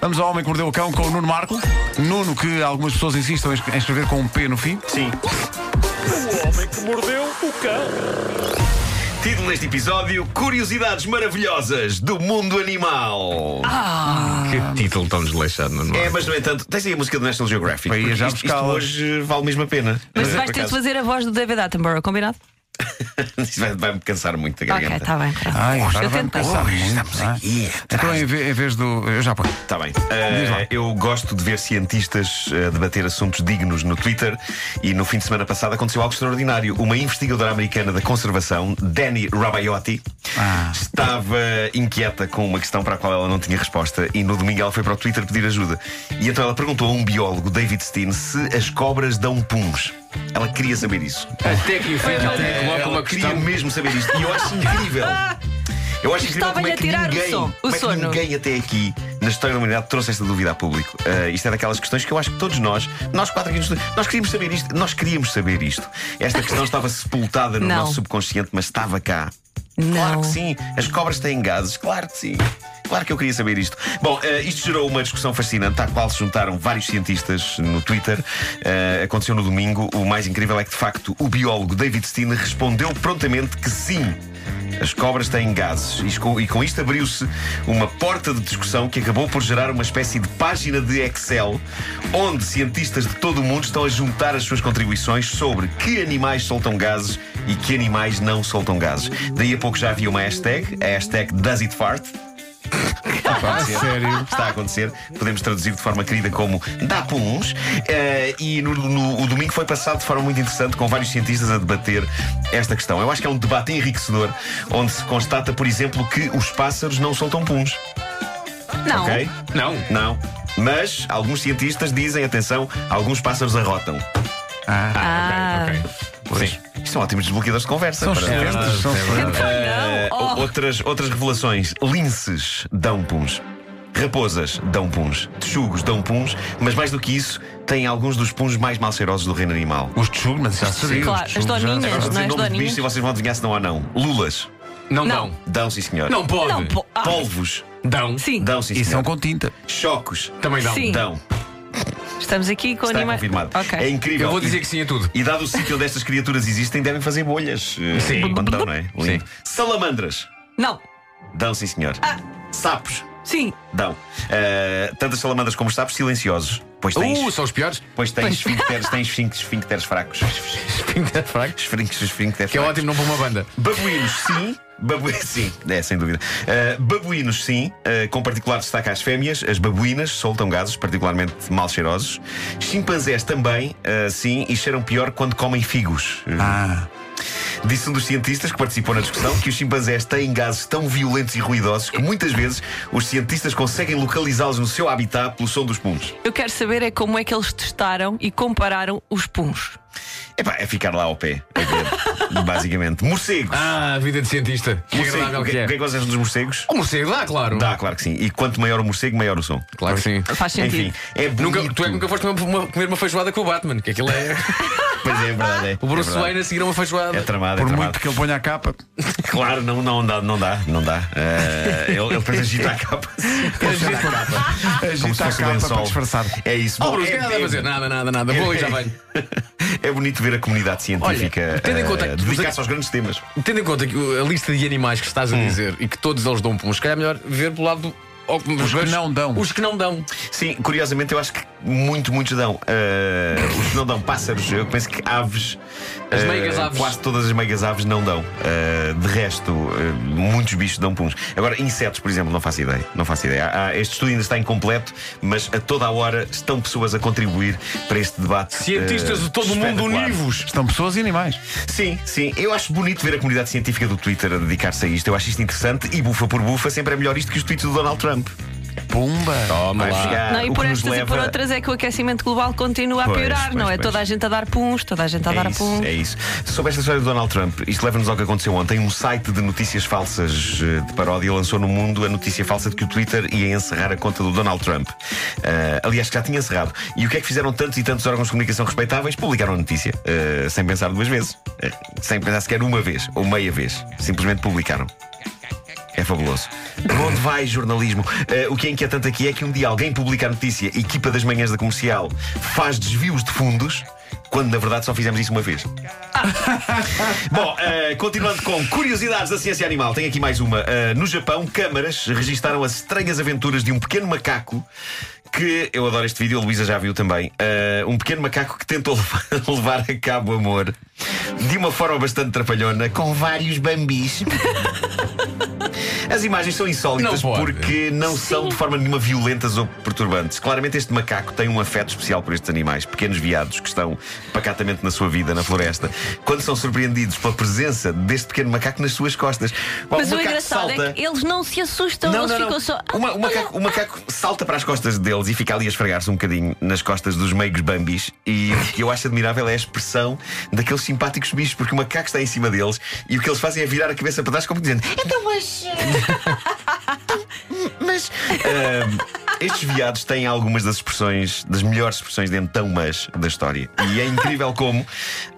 Vamos ao Homem que Mordeu o Cão com o Nuno Marco. Nuno, que algumas pessoas insistem em escrever com um P no fim. Sim. O homem que mordeu o cão. Título deste episódio: Curiosidades maravilhosas do mundo animal. Ah. Que título tão desleixado, Nuno É, Marco. mas no entanto, tens aí a música do National Geographic. Aí porque já isto, isto buscá-la. hoje vale mesmo a pena. Mas Eh, vais por ter de acaso. fazer a voz do David Attenborough, combinado? Isto vai- vai-me cansar muito a Ok, tá. garganta. está bem. pronto. Ai, agora eu vai-me tento. cansar muito. estamos não é? aqui atrás. Então, em ve- em vez do. Eu já ponho. Está bem. Eh, Diz lá. eu gosto de ver cientistas eh, debater assuntos dignos no Twitter e no fim de semana passado aconteceu algo extraordinário. Uma investigadora americana da conservação, Dani Rabaiotti, Ah. estava inquieta com uma questão para a qual ela não tinha resposta e no domingo ela foi para o Twitter pedir ajuda. E então ela perguntou a um biólogo, David Steen, se as cobras dão puns. Ela queria saber isso. Até que enfim, alguém coloca É, Ela uma queria questão. mesmo saber isto. E eu acho incrível. Eu acho incrível como Estava-lhe é a que tirar o ninguém, som- o como é que sono. ninguém até aqui na história da humanidade trouxe esta dúvida a público. Ah, isto é daquelas questões que eu acho que todos nós, nós quatro aqui, nos estúdio, nós queríamos saber isto, nós queríamos saber isto. Esta questão estava sepultada no Não. nosso subconsciente, mas estava cá. Não. Claro que sim, as cobras têm gases, claro que sim. Claro que eu queria saber isto. Bom, eh, isto gerou uma discussão fascinante à qual se juntaram vários cientistas no Twitter. Eh, aconteceu no domingo. O mais incrível é que, de facto, o biólogo David Steen respondeu prontamente que sim. As cobras têm gases. E com, e com isto abriu-se uma porta de discussão que acabou por gerar uma espécie de página de Excel onde cientistas de todo o mundo estão a juntar as suas contribuições sobre que animais soltam gases e que animais não soltam gases. Daí a pouco já havia uma hashtag, a hashtag Does It Fart. Está a acontecer. Está a acontecer. Podemos traduzir de forma querida como dá puns. Eh, e no, no- o domingo foi passado de forma muito interessante com vários cientistas a debater esta questão. Eu acho que é um debate enriquecedor, onde se constata, por exemplo, que os pássaros não soltam puns. Não. Ok? Não. Não. Mas alguns cientistas dizem, atenção, alguns pássaros arrotam. Ah, Ok, ok. Sim. Isto são ótimos desbloqueadores de conversa. São para- excelentes. São excelentes. Eh, Então não. o- Oh. outras, outras revelações. Linces dão puns. Raposas dão puns. Texugos dão puns. Mas mais do que isso, têm alguns dos puns mais malcheirosos do reino animal. Os tchug, mas já sabia. Claro, os as tchugos já- doninhas. Vou Não é dizer és nomes de doninhas? bichos e vocês vão adivinhar se dão ou não. Lulas. Não Não. dão. Dão, sim, senhor. Não pode. Não, po- ah, Polvos. Dão. Sim, Dão, sim, E são senhor. com tinta. é um- Chocos. Também dão. Sim. Dão. estamos aqui com Está animais. confirmado. Ok. É incrível. Eu vou dizer que sim a tudo. E dado o sítio onde estas criaturas existem, devem fazer bolhas. eh, Sim. Quando dão, não é? Lindo. Sim. Salamandras. Não. Dão, sim, senhor. Ah. Sapos. Sim. Dão. Uh, tanto as salamandras como os sapos silenciosos. Pois tens, Uh, são os piores. pois tens esfincteres, tens esfin- esfincteres fracos. Pinta fraco. Esfincteres, esfincteres Que é fracos. ótimo, não para uma banda. Babuínos, sim. Babu... Sim, é, sem dúvida. Uh, babuínos, sim, uh, com particular destaque às fêmeas. As babuínas soltam gases particularmente mal cheirosos. Chimpanzés também, uh, sim, e cheiram pior quando comem figos. Eh, Ah. Disse um dos cientistas que participou na discussão que os chimpanzés têm gases tão violentos e ruidosos que muitas vezes os cientistas conseguem localizá-los no seu habitat pelo som dos puns. Eu quero saber é como é que eles testaram e compararam os puns. Epá, é ficar lá ao pé, a ver, basicamente. Morcegos. Ah, a vida de cientista. Que Morcego. agradável O que, que o que é é. que vocês acham dos morcegos? O morcego dá, claro. Dá, Ah, claro que sim. E quanto maior o morcego, maior o som. Claro que sim. Faz sentido. Enfim, é bonito. Nunca, tu é que nunca foste comer uma, comer uma feijoada com o Batman, que aquilo é. Pois é, é verdade. É, O Bruce é verdade. Wayne a seguir a uma feijoada. É tramado, é Por tramado. muito que ele ponha a capa. Claro, não, não dá, não dá, não dá. Eh, ele, ele depois agita a capa. Agita a capa. Como se a fosse um capa lençol. para disfarçar. É isso. Bom, Oh, Bruce, é, não nada a fazer. Nada, nada, nada. Vou e já venho. é bonito ver a comunidade científica Olha, tendo em conta eh, que- dedicar-se aos grandes temas. Tendo em conta que o- a lista de animais que estás a dizer e que todos eles dão puns, se calhar é melhor ver pelo lado. Os que não dão. Os que não dão. Sim, curiosamente eu acho que muito, muitos dão. Eh, os que não dão pássaros, eu penso que aves. As eh, meigas aves. Quase todas as meigas aves não dão. Eh, de resto, eh, muitos bichos dão puns. Agora, insetos, por exemplo, não faço ideia. Não faço ideia. Há- há- este estudo ainda está incompleto, mas a toda a hora estão pessoas a contribuir para este debate. Cientistas eh, de todo o mundo espetacular. univos. Estão pessoas e animais. Sim, sim. Eu acho bonito ver a comunidade científica do Twitter a dedicar-se a isto. Eu acho isto interessante e, bufa por bufa, sempre é melhor isto que os tweets do Donald Trump. Pumba. Toma Vai lá. chegar, não, e ah, o por que nos estas e por leva- outras é que o aquecimento global continua Pois, a piorar, pois, não é? pois. Toda a gente a dar puns, toda a gente Tá a dar é isso, puns. É isso. Sobre esta história do Donald Trump, isto leva-nos ao que aconteceu ontem. Um site de notícias falsas eh, de paródia lançou no mundo a notícia falsa de que o Twitter ia encerrar a conta do Donald Trump. Ah, aliás, que já tinha encerrado. E o que é que fizeram tantos e tantos órgãos de comunicação respeitáveis? Publicaram a notícia, eh, sem pensar duas vezes, Eh, sem pensar sequer uma vez ou meia vez. Simplesmente publicaram. É fabuloso. Para onde vai jornalismo? Eh, o que é inquietante aqui é que um dia alguém publica a notícia equipa das manhãs da comercial faz desvios de fundos. Quando na verdade só fizemos isso uma vez. Bom, eh, continuando com curiosidades da ciência animal, tenho aqui mais uma. Eh, no Japão, câmaras registaram as estranhas aventuras de um pequeno macaco que eu adoro este vídeo, a Luísa já viu também. Eh, um pequeno macaco que tentou levar- levar a cabo o amor de uma forma bastante trapalhona com vários bambis. As imagens são insólitas Não pode. porque não são de forma nenhuma violentas ou perturbantes. Claramente, este macaco tem um afeto especial por estes animais, pequenos viados que estão pacatamente na sua vida na floresta, quando são surpreendidos pela presença deste pequeno macaco nas suas costas. Bom, Mas o o macaco engraçado salta. é que eles não se assustam, Não, eles não, ficam não. só. "Ah, Uma- o, macaco, o macaco salta para as costas deles e fica ali a esfregar-se um bocadinho nas costas dos meigos bambis. E o que eu acho admirável é a expressão daqueles simpáticos bichos, porque o macaco está em cima deles e o que eles fazem é virar a cabeça para trás, como dizendo: Então, mas. eh, então, mas. Ahm, estes viados têm algumas das expressões, das melhores expressões de então, mas da história. E é incrível como,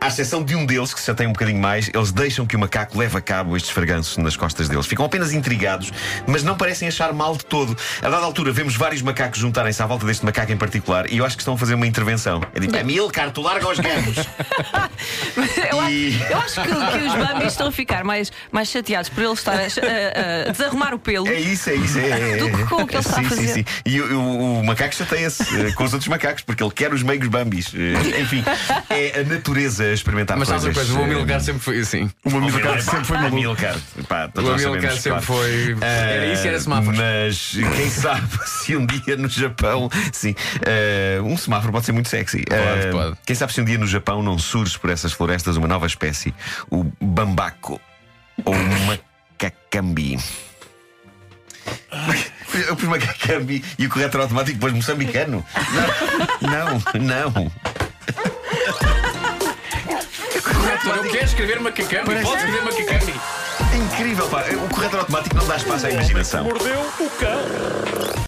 à exceção de um deles, que se tem um bocadinho mais, eles deixam que o macaco leve a cabo estes fraganços nas costas deles. Ficam apenas intrigados, mas não parecem achar mal de todo. A dada altura, vemos vários macacos juntarem-se à volta deste macaco em particular e eu acho que estão a fazer uma intervenção. É tipo, Amilcar, tu larga os gamos. Eu, acho- E- eu acho que, que os bambis estão a ficar mais, mais chateados por ele estar a, a- a desarrumar o pelo. É isso, é isso. É, é, é. Do que com o que ele sim, está a fazer. Sim, sim. E o, o- o macaco chateia-se eh, com os outros macacos, porque ele quer os meigos bambis. Eh, Enfim, é a natureza a experimentar Mas sabes coisas. eh, uma coisa, o Amilcar sempre foi assim. O meu Amilcar Milcar sempre foi pá, maluco. Amilcar, pá, todos O nós Amilcar sabemos, sempre claro. Eh, foi. Era isso, era semáforo. Mas quem sabe se um dia no Japão. Sim, eh, um semáforo pode ser muito sexy. Eh, pode. Quem sabe se um dia no Japão não surge por essas florestas uma nova espécie, o bambaco ou o macacambi. Eu pus macacambi e o corretor automático pôs moçambicano. Não, não, não. Corretor, eu quero escrever macacão. Pode escrever macacão. Incrível, pá. O corretor automático não dá espaço à imaginação. Mordeu o cão.